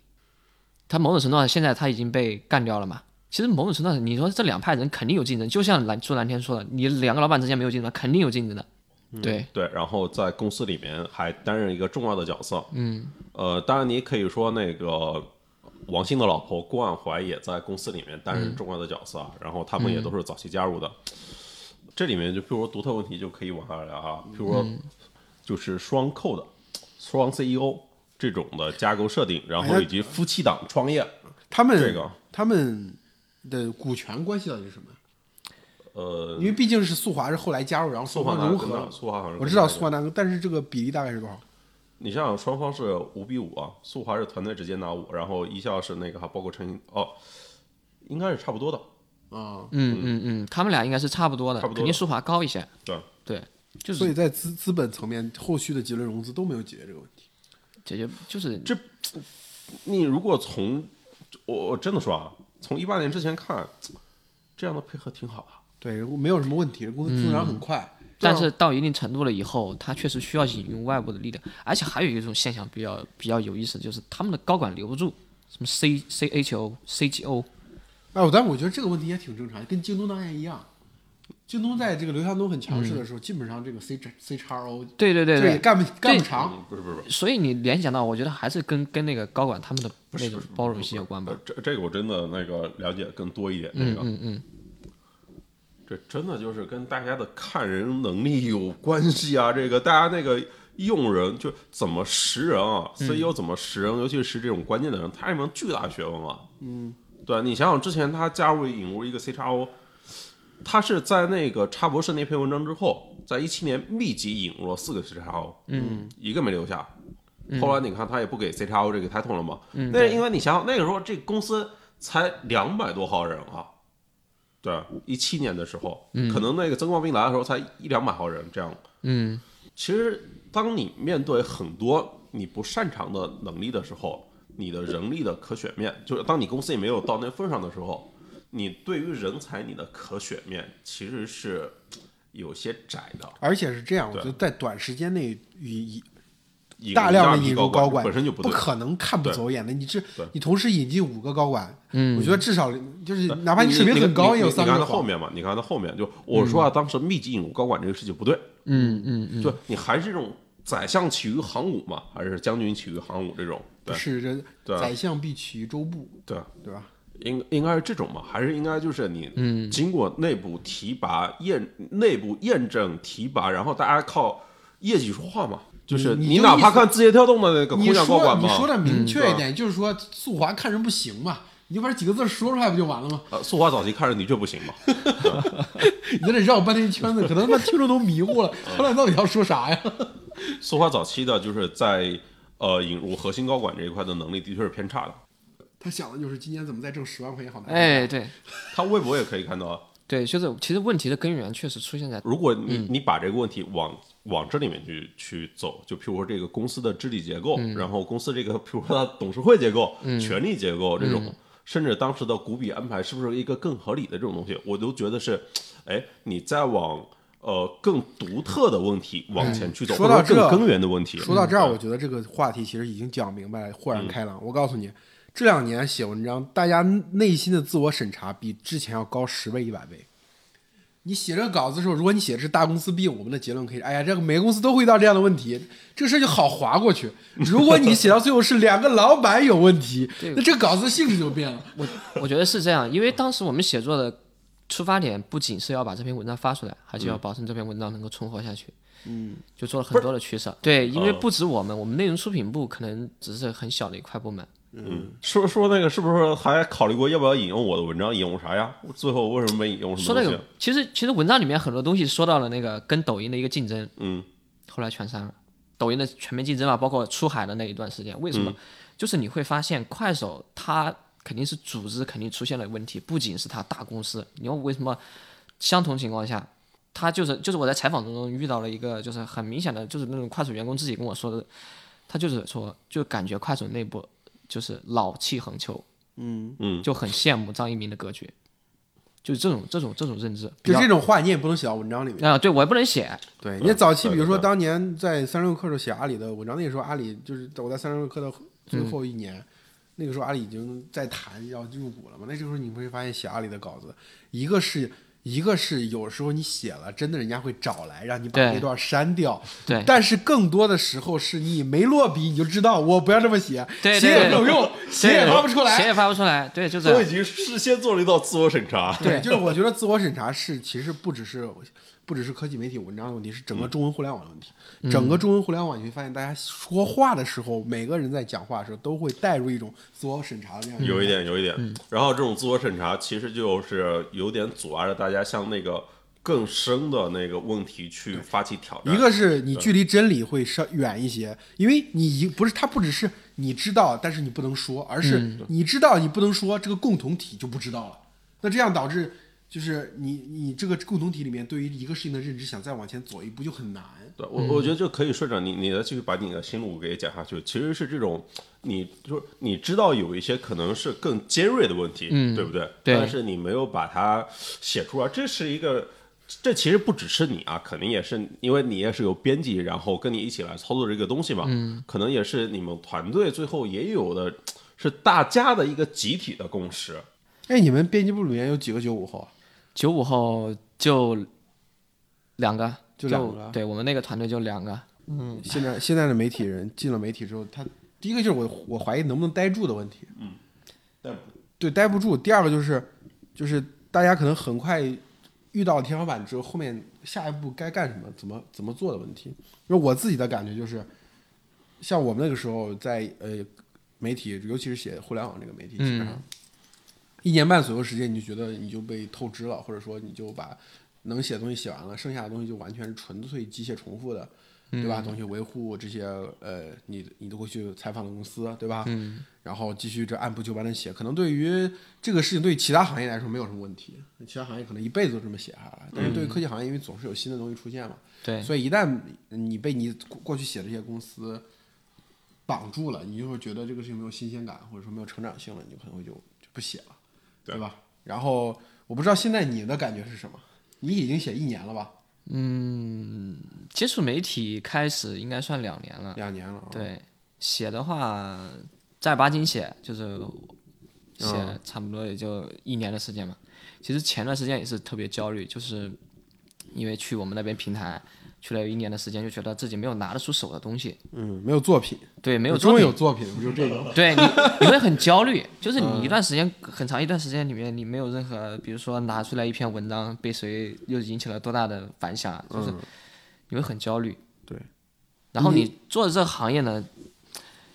C: 他某种程度上现在他已经被干掉了嘛。其实某种程度上，你说这两派人肯定有竞争，就像蓝朱蓝天说的，你两个老板之间没有竞争，肯定有竞争的。
B: 嗯
C: 对，
B: 对，然后在公司里面还担任一个重要的角色。嗯，呃，当然你也可以说那个王兴的老婆郭婉怀也在公司里面
A: 嗯
B: 担任重要的角色，啊然后他们也都是早期加入的。这里面就譬如说独特问题就可以往下聊啊，譬如说
A: 嗯
B: 就是双扣的、双 CEO 这种的架构设定，然
A: 哎
B: 后以及夫妻档创业，
A: 他们
B: 这个
A: 他们的股权关系到底是什么？
B: 呃，
A: 因为毕竟是苏华是后来加入，然后
B: 苏
A: 华
B: 华
A: 融
B: 南
A: 合了。
B: 苏华好像是
A: 我知道
B: 跟
A: 苏华南哥，但是这个比例大概是多少？
B: 你想想，双方是五比五啊，速滑是团队直接拿五，然后一校是那个还包括陈哦，应该是差不多的。
A: 啊、
C: 嗯嗯嗯，他们俩应该是差不多的，
B: 差不多
C: 肯定舒华高一些。
B: 对，
C: 对，就是
A: 所以在资资本层面，后续的几轮融资都没有解决这个问题。
C: 解决就是
B: 你如果从我我真的说啊，从一八年之前看，这样的配合挺好的。
A: 对，没有什么问题，公司增长很快。这样
C: 嗯但是到一定程度了以后，他确实需要引用外部的力量，而且还有一种现象比较比较有意思，就是他们的高管留不住，什么 C C H O C G O，
A: 哎，我但是我觉得这个问题也挺正常，跟京东当年一样。京东在这个刘强东很强势的时候，基本上这个 C C x O
C: 对对嗯对
A: 这也
C: 对，
A: 干不干不长。
B: 嗯，不是不是不是
C: 所以你联想到，我觉得还是跟跟那个高管他们的那种包容性有关吧
B: 呃。，这这个我真的那个了解更多一点。这个，嗯嗯。这真的就是跟大家的看人能力有关系啊！这个大家那个用人就怎么识人啊，CEO 怎么识人，尤其是识这种关键的人，他一门巨大学问啊。嗯，对你想想，之前他加入引入一个 CXO，他是在那个查博士那篇文章之后，在一七年密集引入了四个 CXO，嗯，一个没留下。后来你看他也不给 CXO 这个 title 了嘛，嗯、那是因为你想想那个时候这公司才两百多号人啊。对，一七年的时候，
A: 嗯
B: 可能那个曾光斌来的时候才一两百号人这样，
C: 嗯，
B: 其实，当你面对很多你不擅长的能力的时候，你的人力的可选面，就是当你公司也没有到那份上的时候，你对于人才你的可选面其实是有些窄的。
A: 而且是这样，我
B: 对
A: 觉得在短时间内与
B: 引入
A: 大量的引入
B: 入
A: 高
B: 管本身就
A: 不
B: 对，
A: 可能看不
B: 对
A: 走眼的。你这
B: 对
A: 你同时引进五个高管，
C: 嗯
A: 我觉得至少就是
B: 对
A: 哪怕你水平很高，也有
B: 你
A: 三嗯
B: 看
A: 个
B: 到后
A: 好。
B: 面嘛，你看到后面就我说啊，当时密集引入高管这个事情不对，
C: 嗯嗯嗯，
B: 就你还是这种宰相起于行伍嘛，还是将军起于行伍这种，
A: 不
B: 对
A: 是这
B: 对
A: 宰相必取于周部，
B: 对。
A: 对吧？
B: 应应该是这种嘛，还是应该就是
A: 嗯
B: 你经过内部提拔、验内部验证提拔，然后大家靠业绩说话嘛，就是
A: 你
B: 你
A: 就
B: 哪怕
A: 意思
B: 看字节跳动的那个
A: 你
B: 空降高
A: 说
B: 管
A: 你
B: 嘛，
A: 说的明确
B: 对
A: 一
B: 啊
A: 点，就是说速滑看人不行嘛，你就把这几个字说出来不就完了吗？
B: 呃，速滑早期看着的确不行 (laughs) 嘛，
A: 你在这绕半天圈子，可能他妈听众都迷糊
B: (laughs)
A: 了，他俩到底要说啥呀？
B: 速滑早期的就是在呃引入核心高管这一块的能力的确是偏差的。
A: 他想的就是今年怎么再挣十万块钱好难。，
C: 哎，对
B: 他微博也可以看到啊，
C: 对，就是其实问题的根源确实出现在
B: 如果你、
C: 嗯
B: 你把这个问题往往这里面去去走，就譬如说这个公司的治理结构，
C: 嗯
B: 然后公司这个譬如说它董事会结构、权力结构这种，
C: 嗯
B: 甚至当时的股比安排是不是一个更合理的这种东西，我都觉得是，哎，你再往呃更独特的问题
C: 嗯
B: 往前去走，
A: 说到
B: 或者说
A: 这
B: 更根源的问题，
A: 说到这儿，我觉得这个话题其实已经讲明白了，豁然开朗。我告诉你，这两年写文章，大家内心的自我审查比之前要高十倍、一百倍。你写这个稿子的时候，如果你写的是大公司病，我们的结论可以是：哎呀，这个每个公司都会遇到这样的问题，这事儿就好划过去。如果你写到最后是两个老板有问题，那这稿子性质就变了。
C: 我我觉得是这样，因为当时我们写作的出发点不仅是要把这篇文章发出来，还
B: 嗯
C: 是要保证这篇文章能够存活下去。嗯，就做了很多的取舍。对，因为
B: 哦
C: 不止我们，我们内容出品部可能只是很小的一块部门。
B: 嗯，说说那个是不是还考虑过要不要引用我的文章，引用啥呀？最后为什么没引用什
C: 说
B: 么
C: 那
B: 东西啊
C: 个？，其实其实文章里面很多东西说到了那个跟抖音的一个竞争，
B: 嗯，
C: 后来全删了。抖音的全面竞争嘛，包括出海的那一段时间，为什么？
B: 嗯
C: 就是你会发现，快手它肯定是组织肯定出现了问题，不仅是它大公司。你问为什么相同情况下，它就是就是我在采访中遇到了一个就是很明显的就是那种快手员工自己跟我说的，他就是说就感觉快手内部就是老气横秋，嗯
B: 嗯
C: 就很羡慕张一鸣的格局，就是这种这种这种认知。
A: 就这种话你也不能写到文章里面。
C: 啊，对我也不能写，
A: 对，你早期
B: 对
A: 比如
B: 对
A: 说
B: 对
A: 当年在三十六氪时候写阿里的文章，那个时候阿里就是我在三十六氪的最
C: 嗯
A: 后一年，那个时候阿里已经在谈要入股了嘛。那时候你会发现写阿里的稿子，一个是一个是有时候你写了，真的人家会找来让你把
C: 对
A: 那段删掉，
C: 对
A: 但是更多的时候是你没落笔你就知道我不要这么写，
C: 对对
A: 写也没有
C: 对
A: 用，写也发不出来
C: 谁，也发不出来，对，就这
B: 我
C: 样
B: 已。经事先做了一道自我审查。
A: 对，就是我觉 (laughs) 得自我审查是其实不只是不只是科技媒体文章的问题，是整个中文互联网的问题。整个中文互联网，你会发现大家说话的时候，每个人在讲话的时候都会带入一种自我审查的这样一种
B: 有一点，有一点。
A: 嗯
B: 然后这种自我审查其实就是有点阻碍了大家向那个更深的那个问题去发起挑战。
A: 一个是你距离真理会稍远一些，因为你一不是它不只是你知道，但是你不能说，而是你知道你不能说，这个共同体就不知道了。那这样导致就是你你这个共同体里面对于一个事情的认知，想再往前走一步就很难。
B: 对我，我觉得就可以顺着你，你再继续把你的心路给讲下去。其实是这种，你就是你知道有一些可能是更尖锐的问题，对不对？
C: 对
B: 但是你没有把它写出来，这是一个。这其实不只是你啊，肯定也是因为你也是有编辑，然后跟你一起来操作这个东西嘛，嗯、可能也是你们团队最后也有的是大家的一个集体的共识，
A: 哎，你们编辑部里面有几个九五后啊？
C: 九五后就两个，
A: 就两个
C: 对我们那个团队就两个，
A: 现在现在的媒体人进了媒体之后，他第一个就是我我怀疑能不能待住的问题，
B: 但
A: 对，待不住。第二个就是就是大家可能很快遇到了天花板之后，后面下一步该干什么、怎么怎么做的问题。因为我自己的感觉就是，像我们那个时候在呃媒体，尤其是写互联网这个媒体，基本上、一年半左右时间，你就觉得你就被透支了，或者说你就把能写的东西写完了，剩下的东西就完全是纯粹机械重复的，对吧？东西维护这些呃，你你都会去采访的公司，对吧？然后继续这按部就班的写，可能对于这个事情，对于其他行业来说没有什么问题，其他行业可能一辈子都这么写下来，但是对于科技行业，因为总是有新的东西出现嘛，
C: 嗯对，
A: 所以一旦你被你过过去写的这些公司绑住了，你就会觉得这个事情没有新鲜感，或者说没有成长性了，你就可能会就就不写了，对吧？然后我不知道现在你的感觉是什么，你已经写一年了吧，
C: 接触媒体开始应该算两年了。
A: 两年了啊，
C: 对，写的话正儿八经写就是写差不多也就一年的时间嘛。其实前段时间也是特别焦虑，就是因为去我们那边平台去了有一年的时间，就觉得自己没有拿得出手的东西，
A: 嗯，没有作品，
C: 对，没有
A: 我
C: 作
A: 终于
C: 品
A: 有。作品，不就这个？
C: 对你，你会很焦虑，就是你一段时间、很长一段时间里面，你没有任何，比如说拿出来一篇文章被谁又引起了多大的反响，就是你会很焦虑。
A: 对，
C: 然后你做这个行业呢，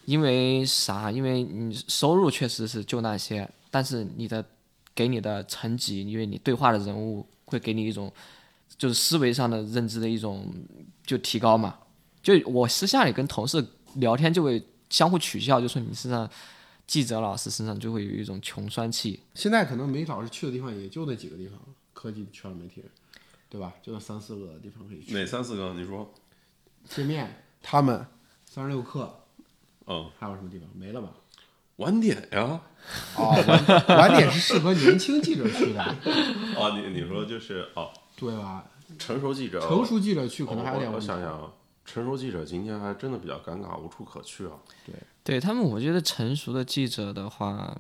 C: 因为啥？因为你收入确实是就那些，但是你的给你的层级，因为你对话的人物会给你一种就是思维上的认知的一种就提高嘛。就我私下里跟同事聊天就会相互取笑，就说你身上记者老师身上就会有一种穷酸气，
A: 现在可能梅老师去的地方也就那几个地方，科技圈媒体，对吧？就那三四个地方可以去。
B: 哪三四个？你说，
A: 界面、他们、三十六氪，
B: 嗯，
A: 还有什么地方没了吧？
B: 晚点呀。
A: 哦，晚晚点是适合年轻记者去的， (laughs)
B: 哦，你你说就是哦，
A: 对吧？
B: 成熟记者，
A: 成熟记者去可能还有点问
B: 我我
A: 题。
B: 想想啊，成熟记者今天还真的比较尴尬，无处可去啊。
C: 对他们，我觉得成熟的记者的话，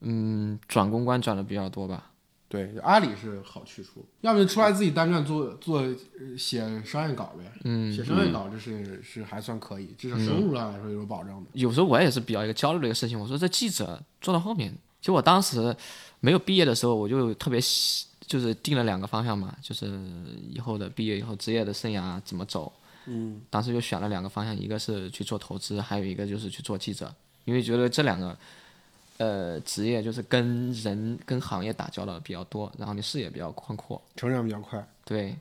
C: 嗯，转公关转的比较多吧。
A: 对，阿里是好去处，要不就出来自己单干做做呃写商业稿呗。嗯，写商业稿这是是还算可以，至少收入上来说有保障的。
C: 有时候我也是比较一个焦虑的一个事情。我说这记者做到后面，其实我当时没有毕业的时候，我就特别喜就是定了两个方向嘛，就是以后的毕业以后职业的生涯怎么走。嗯，当时就选了两个方向，一个是去做投资，还有一个就是去做记者，因为觉得这两个呃职业就是跟人跟行业打交道比较多，然后你视野比较宽阔。
A: 成长比较快，
C: 对，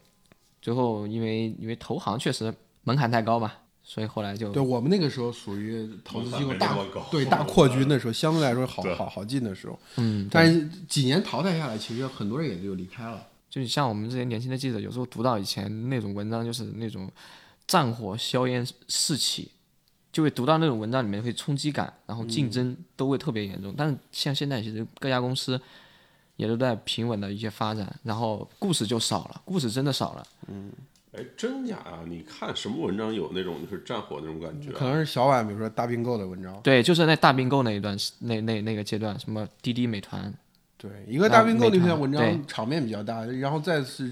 C: 最后因为因为投行确实门槛太高嘛，所以后来就
A: 对我们那个时候属于投资机构大
B: 门槛没那么高
A: 对大扩军的时候，相对来说好好好进的时候。嗯，但是几年淘汰下来，其实很多人也就离开了。
C: 就是像我们这些年轻的记者，有时候读到以前那种文章，就是那种战火硝烟四起，就会读到那种文章里面会冲击感，然后
A: 嗯
C: 竞争都会特别严重。但是像现在，其实各家公司也都在平稳的一些发展，然后故事就少了，故事真的少了。
B: 哎，真假啊？你看什么文章有那种就是啊战火那种感觉
A: 可能是小婉，比如说大并购的文章，
C: 对，就是在大并购那一段时，那那那个阶段，什么滴滴、美团，
A: 对，一个大并购那
C: 那
A: 篇文章
C: 对
A: 场面比较大，然后再是，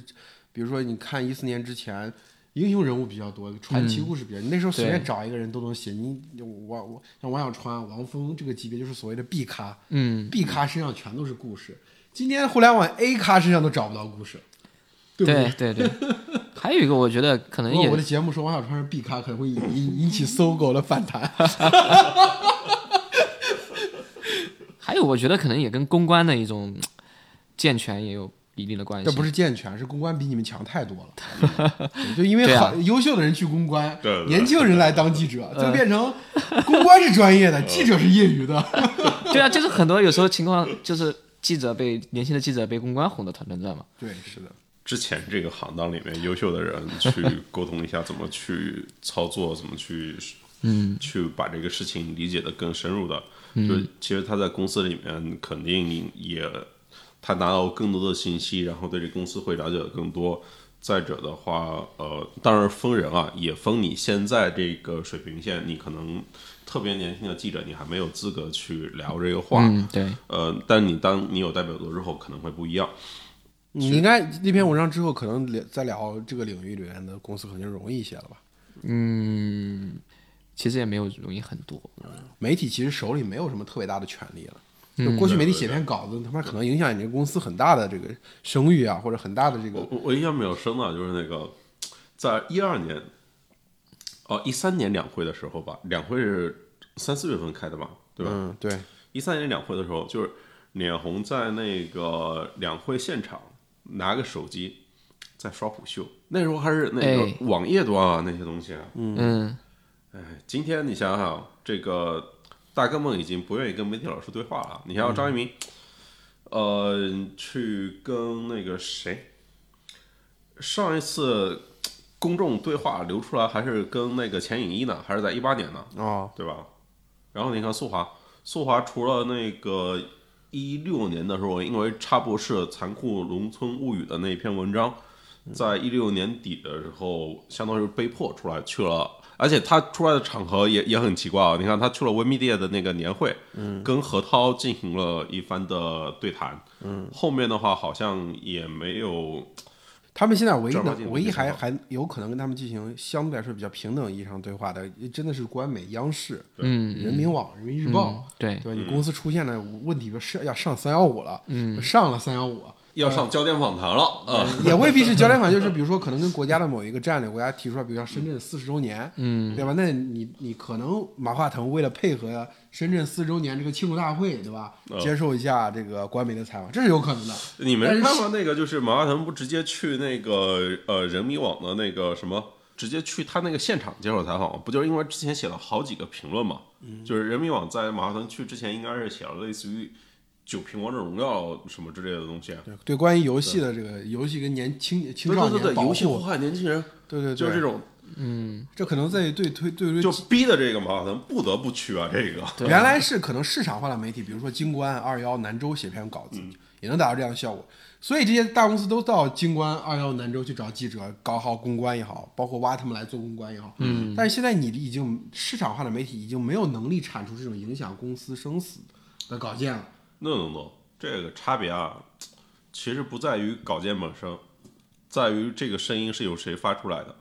A: 比如说你看一四年之前，英雄人物比较多，传奇故事比较，你那时候随便找一个人都能写，你我我像王小川、王峰这个级别就是所谓的 B 咖，嗯，B 咖身上全都是故事，今天互联网 A 咖身上都找不到故事，对不
C: 对对对，还有一个我觉得可能
A: 如果
C: 也
A: 我的节目说王小川是 B 咖，可能会引引引起搜狗的反 (laughs) 弹。
C: 还有，我觉得可能也跟公关的一种嗯健全也有一定的关系。
A: 这不是健全，是公关比你们强太多了。对就因为
C: 对啊
A: 好、优秀的人去公关，
B: 对对对
A: 年轻人来当记者，就变成公关是专
B: 嗯
A: 业的，记者是业余
B: (laughs)
A: 的。
C: (laughs) 对啊，就是很多有时候情况就是记者被年轻的记者被公关哄得团团转嘛。
A: 对，是的，
B: 之前这个行当里面优秀的人去沟通一下，怎么去操作，怎么去，嗯，去把这个事情理解的更深入的，就是其实他在公司里面肯定也，他拿到更多的信息，然后对这公司会了解的更多。再者的话，呃，当然分人啊，也分你现在这个水平线，你可能特别年轻的记者，你还没有资格去聊这个话，
C: 嗯，对，
B: 呃，但你当你有代表作之后，可能会不一样。
A: 你嗯应该那篇文章之后，可能聊再聊这个领域里面的公司，可能就容易一些了吧？
C: 嗯，其实也没有容易很多。
A: 媒体其实手里没有什么特别大的权利了，就过去媒体写篇稿子，他妈可能影响你这个公司很大的这个声誉啊，或者很大的这个
B: 我我我印象比较深的就是那个，在一二年，哦一三年两会的时候吧，两会是三四月份开的吧，对吧？
A: 嗯对，
B: 一三年两会的时候，就是脸红在那个两会现场拿个手机在刷虎嗅，那时候还是那
C: 哎
B: 个网页端啊、那些东西啊。
C: 嗯，
B: 哎今天你想想，这个大哥们已经不愿意跟媒体老师对话了，你还要张一鸣，呃，去跟那个谁，上一次公众对话流出来还是跟那个钱颖一呢，还是在一八年呢？
A: 哦，
B: 对吧？然后你看速滑，速滑除了那个一六年的时候，因为插博士《残酷农村物语》的那篇文章，在一六年底的时候，相当于被迫出来去了。而且他出来的场合也也很奇怪啊！你看，他去了维密店的那个年会，嗯，跟何涛进行了一番的对谈，嗯，后面的话好像也没有
A: 他们现在唯一
B: 正儿八
A: 的
B: 经的
A: 唯一
B: 媒体
A: 还
B: 报道
A: 还有可能跟他们进行相对来说比较平等意义上对话的，真的是官媒、央视、
C: 嗯，
A: 人民网、人民日
B: 哦
A: 报，
C: 对，
B: 嗯
A: 对吧？你公司出现了问题，是要上三幺五了，嗯，上了三幺五，
B: 要上焦点访谈了啊。
A: 也未必是焦点反，就是比如说可能跟国家的某一个战略，国家提出来，比如像深圳四十周年，嗯，对吧？那你你可能马化腾为了配合深圳四十周年这个庆祝大会，对吧？
B: 嗯
A: 接受一下这个官媒的采访，这是有可能的。
B: 你没
A: 但是
B: 看过那个，就是马化腾不直接去那个呃人民网的那个什么，直接去他那个现场接受采访，不就是因为之前写了好几个评论嘛？就是人民网在马化腾去之前，应该是写了类似于《九品王者荣耀》什么之类的东西。
A: 对，对关于游戏的这个游戏跟年青青
B: 对
A: 少
B: 对
A: 年
B: 对
A: 保
B: 对，游戏
A: 护
B: 祸，害年轻人，
A: 对对对，
B: 就是这种，
A: 这可能在对推对
B: 就
A: 对。
B: 逼的这个马化腾不得不去啊，这个。
A: 原来是可能市场化的媒体，比如说京官、二幺、南州写篇稿子，
B: 嗯
A: 也能达到这样的效果。所以这些大公司都到京官、二幺、南州去找记者，搞好公关也好，包括挖他们来做公关也好。嗯。但是现在你已经市场化的媒体已经没有能力产出这种影响公司生死的稿件了。
B: no no no，这个差别啊，其实不在于稿件本身，在于这个声音是由谁发出来的。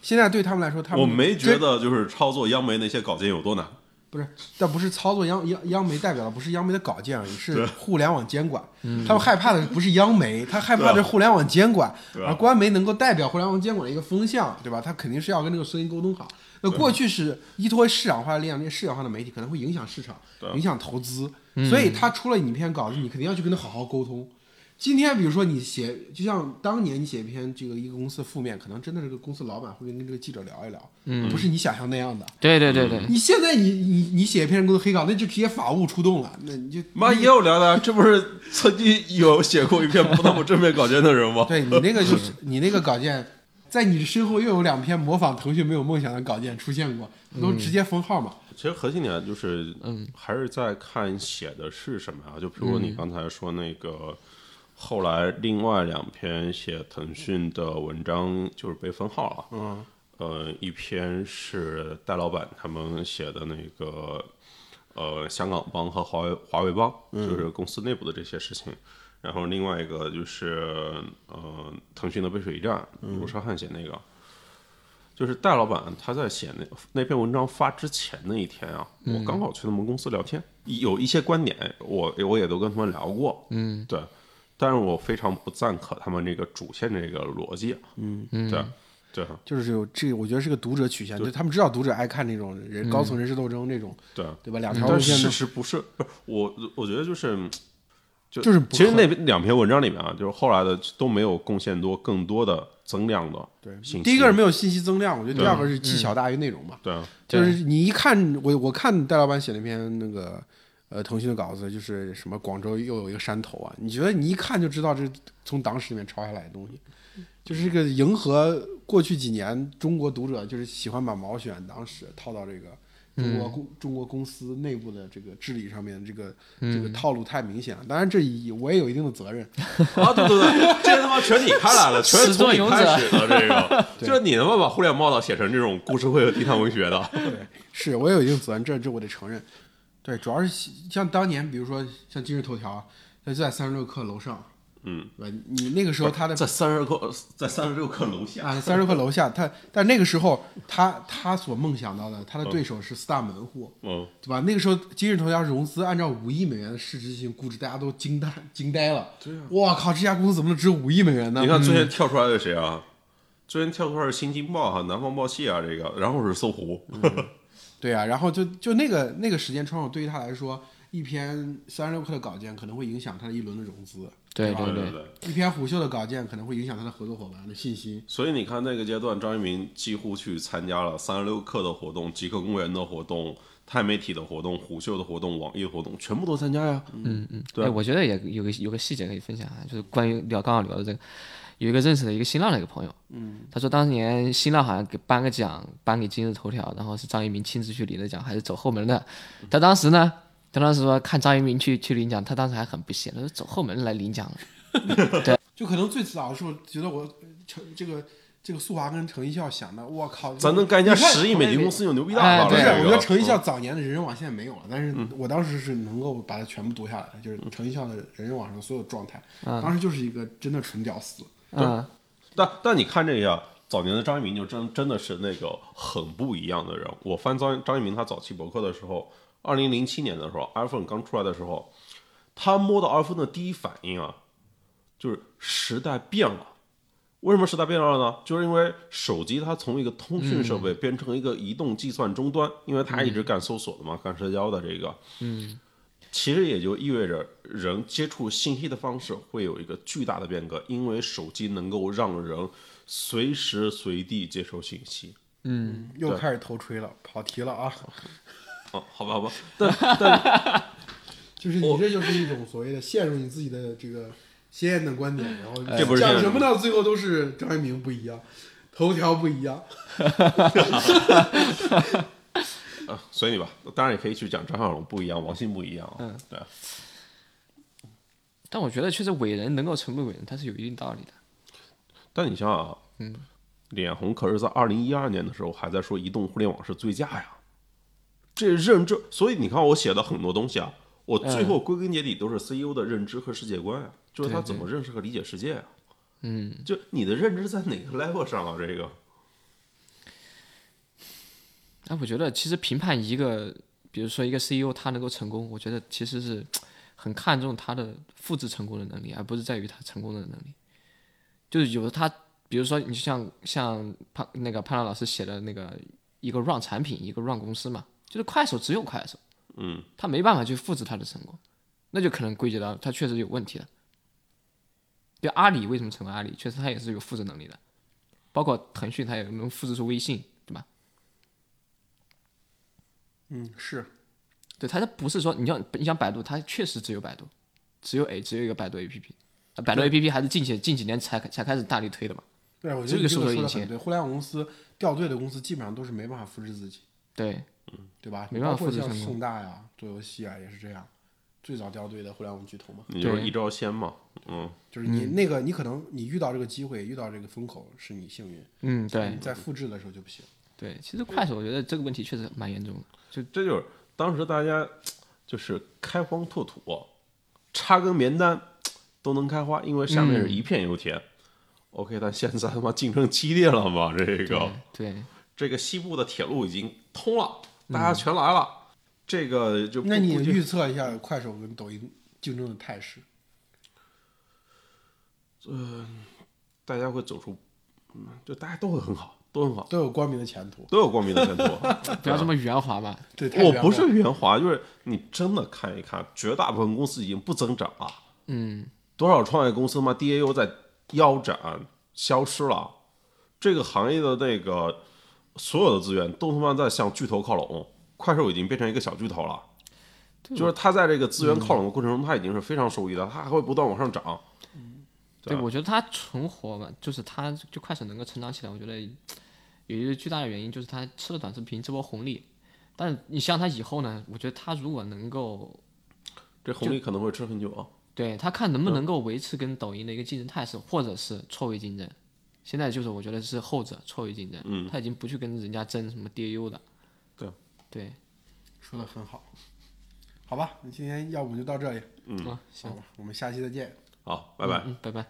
A: 现在对他们来说，他们
B: 我没觉
A: 这
B: 得就是操作央媒那些稿件有多难，
A: 不是，但不是操作央央央媒代表的不是央媒的稿件而已，是互联网监管。
B: 嗯
A: 他们害怕的不是央媒，他害怕的是互联网监管，
B: 对啊
A: 而官媒能够代表互联网监管的一个风向，对吧？他肯定是要跟这个声音沟通好。那过去是依托市场化的力量，这些市场化的媒体可能会影响市场，
B: 啊
A: 影响投资，所以他出了你一篇稿子，你肯定要去跟他好好沟通。今天，比如说你写，就像当年你写一篇这个一个公司负面，可能真的这个公司老板会跟这个记者聊一聊，不是你想象那样的。
C: 对对对
B: 嗯
C: 对，
A: 你现在你你你写一篇公司黑稿，那就直接法务出动了，那你就
B: 妈也有聊的，这不是曾经有写过一篇不那么正面稿件的人吗？
A: 对你那个就是 (laughs) 你那个稿件，在你身后又有两篇模仿腾讯没有梦想的稿件出现过，都直接封号嘛。
B: 其实核心点就是，嗯，还是在看写的是什么啊。就比如你刚才说那个，后来另外两篇写腾讯的文章就是被分号了，嗯，呃，一篇是戴老板他们写的那个，呃，香港帮和华为华为帮，就是公司内部的这些事情。然后另外一个就是，呃，腾讯的背水一战，卢绍汉写那个，就是戴老板他在写那那篇文章发之前那一天啊，
A: 嗯
B: 我刚好去他们公司聊天，有一些观点我我也都跟他们聊过，嗯，对，但是我非常不赞可他们这个主线这个逻辑，嗯嗯，对对
A: 就是有这，我觉得是个读者取向，就他们知道读者爱看这种人高层人事斗争这种，
B: 对，
A: 对吧？两条路
B: 嗯但是
A: 线
B: 事
A: 的，
B: 实不是不是我我觉得就是就
A: 就是不
B: 其实
A: 可
B: 那两篇文章里面啊，就是后来的都没有贡献多更多的增量的
A: 对
B: 信息，
A: 第一个是没有信息增量，我觉得第二个是技巧大于内容嘛。
B: 对啊
A: 就是你一看我，我看戴老板写了一篇那个呃腾讯的稿子，就是什么广州又有一个山头啊，你觉得你一看就知道这是从党史里面抄下来的东西， (laughs) 就是这个迎合过去几年中国读者就是喜欢把毛选党史套到这个。中国公中国公司内部的这个治理上面，这个这个套路太明显了。当然，这也我也有一定的责任，
B: 啊，对对对，这他妈全你开来了，全是从你开始的这
A: (laughs)
B: 个，就是你他妈把互联网报道写成这种故事会和低碳文学的，
A: (laughs) 是我也有一定责任，这这我得承认。对，主要是像当年，比如说像今日头条，它就在三十六氪楼上，嗯，对吧？你那个时候他的
B: (laughs) 在三十克，在三十六克楼下，
A: 啊，三十克楼下，他但那个时候他他所梦想到的，他的对手是四大门户，
B: 嗯，
A: 对吧？那个时候今日头条融资按照五亿美元的市值进行估值，大家都惊呆惊呆了。对啊，哇靠，这家公司怎么能值五亿美元呢？
B: 你看最先跳出来的谁啊？最先跳出来是新京报啊、南方报系啊，这个，然后是搜狐，
A: 嗯
B: (laughs)
A: 对啊，然后就就那个那个时间窗口对于他来说，一篇三十六克的稿件可能会影响他的一轮的融资，
C: 对
B: 对
C: 对对，
B: 对。
A: 一篇虎嗅的稿件可能会影响他的合作伙伴的信心。
B: 所以你看，那个阶段，张一鸣几乎去参加了三十六氪的活动、极客公园的活动、钛媒体的活动、虎嗅的活动、网易的活动，全部都参加呀。
C: 嗯嗯，
B: 对啊
C: 哎我觉得也有个有个细节可以分享啊，就是关于聊刚刚聊的这个，有一个认识的一个新浪的一个朋友，嗯，他说当年新浪好像给颁个奖，颁给今日头条，然后是张一鸣亲自去领的奖，还是走后门的。
B: 嗯
C: 他当时呢，他当时说看张一鸣去去领奖，他当时还很不屑，他说走后门来领奖了。
A: 就可能最早的时候觉得我呃成这个这个速滑跟程一笑想的，我靠，
B: 咱能干一家
A: 你看
B: 十亿美金公司，就牛逼大
C: 哎
B: 发
A: 不
B: 了。
A: 是，
B: 这
C: 对
A: 我
B: 个
A: 觉得程一笑早年的人人网现在没有了，但是
B: 嗯
A: 我当时是能够把它全部读下来的，就是程一笑的人人网上的所有状态，当时就是一个真的纯屌丝。
C: 嗯，
B: 但但你看这一下，早年的张一鸣就真真的是那个很不一样的人。我翻张张一鸣他早期博客的时候，二零零七年的时候，iPhone 刚出来的时候，他摸到 iPhone 的第一反应啊，就是时代变了。为什么时代变了呢？就是因为手机它从一个通讯设备变成一个移动计算终端，因为它一直干搜索的嘛，干社交的这个，嗯，其实也就意味着人接触信息的方式会有一个巨大的变革，因为手机能够让人随时随地接收信息。
A: 嗯，又开始头吹了，跑题了啊！
B: 哦，好吧，好吧，但但
A: 就是你这就是一种所谓的陷入你自己的这个鲜艳的观点，然后
B: 哎这不是
A: 讲
B: 陷入
A: 什么到最后都是张一鸣不一样，头条不一样。
B: 呃，随你吧。当然也可以去讲张小龙不一样，王兴不一样啊。对，
C: 但我觉得确实伟人能够成为伟人，他是有一定道理的。
B: 但你想想啊，嗯，脸红可是在二零一二年的时候还在说移动互联网是最佳呀，这
C: 嗯
B: 认知，所以你看我写的很多东西啊，我最后归根结底都是 CEO 的认知和世界观啊，就是他
C: 对对
B: 怎么认识和理解世界啊。嗯，就你的认知在哪个 level 上啊？这个，
C: 哎，我觉得其实评判一个，比如说一个 CEO 他能够成功，我觉得其实是很看重他的复制成功的能力，而不是在于他成功的能力。就是有的他，比如说你像像潘那个潘浪老师写的那个一个 run 产品，一个 run 公司嘛，就是快手只有快手，
B: 嗯，
C: 他没办法去复制他的成功，那就可能归结到他确实有问题了。就阿里为什么成为阿里，确实他也是有复制能力的，包括腾讯，他也能复制出微信，对吧？
A: 嗯，是
C: 对，它它不是说你像你像百度，它确实只有百度，只有 A 只有一个百度 APP，呃百度 APP 还是近些近几年才才开始大力推的嘛。
A: 对，我觉
C: 这
A: 得
C: 个
A: 你
C: 是
A: 这
C: 我
A: 个说的
C: 的引
A: 很
C: 擎
A: 对。互联网公司掉队的公司基本上都是没办法复制自己，
C: 对，
A: 对吧？
C: 没办法
A: 包括
C: 复制
A: 像
C: 成功
A: 盛大呀、做游戏啊也是这样，最早掉队的互联网巨头嘛，
B: 你就是
C: 对
B: 一招鲜嘛。嗯，
A: 就是你那个你可能你遇到这个机会，遇到这个风口是你幸运，
C: 嗯，对
A: 你在复制的时候就不行。
C: 对，其实快手我觉得这个问题确实蛮严重的。
B: 就这就是当时大家就是开荒拓土，插根棉单都能开花，因为下
A: 嗯
B: 面是一片油田。OK，但现在他妈竞争激烈了嘛？这个
C: 对，
B: (laughs) 这个西部的铁路已经通了，大家全来了，这个就
A: 嗯
B: 不
A: 那你
B: 不
A: 预测一下快手跟抖音竞争的态势？
B: 大家会走出，嗯，就大家都会很好，都很好，
A: 都有光明的前途。
B: 都有光明的
A: (laughs)
B: 前途。
C: 不要这么圆滑嘛。
A: 对，太
B: 我
A: 冤
B: 不
A: 枉
B: 是圆滑，就是你真的看一看，绝大部分公司已经不增长了。
C: 嗯，
B: 多少创业公司嘛，DAU 在腰斩消失了，这个行业的那个所有的资源都他妈在向巨头靠拢，快手已经变成一个小巨头了，就是它在这个
C: 嗯
B: 资源靠拢的过程中，它已经是非常受益的，它还会不断往上涨。
C: 对，我觉得它存活嘛，就是它就快手能够成长起来，我觉得有一个巨大的原因就是它吃了短视频这波红利。但是你像它以后呢，我觉得它如果能够
B: 这红利可能会吃很久啊。
C: 对他看能不能够维持跟抖音的一个竞争态势，或者是错位竞争。现在就是我觉得是后者错位竞争，他已经不去跟人家争什么 DAU 的。
B: 对
C: 对，
A: 说的很好，好吧，那今天要不就到这里，
C: 嗯，啊、
A: 好吧，我们下期再见。
B: 好，拜拜。
C: 嗯，拜拜。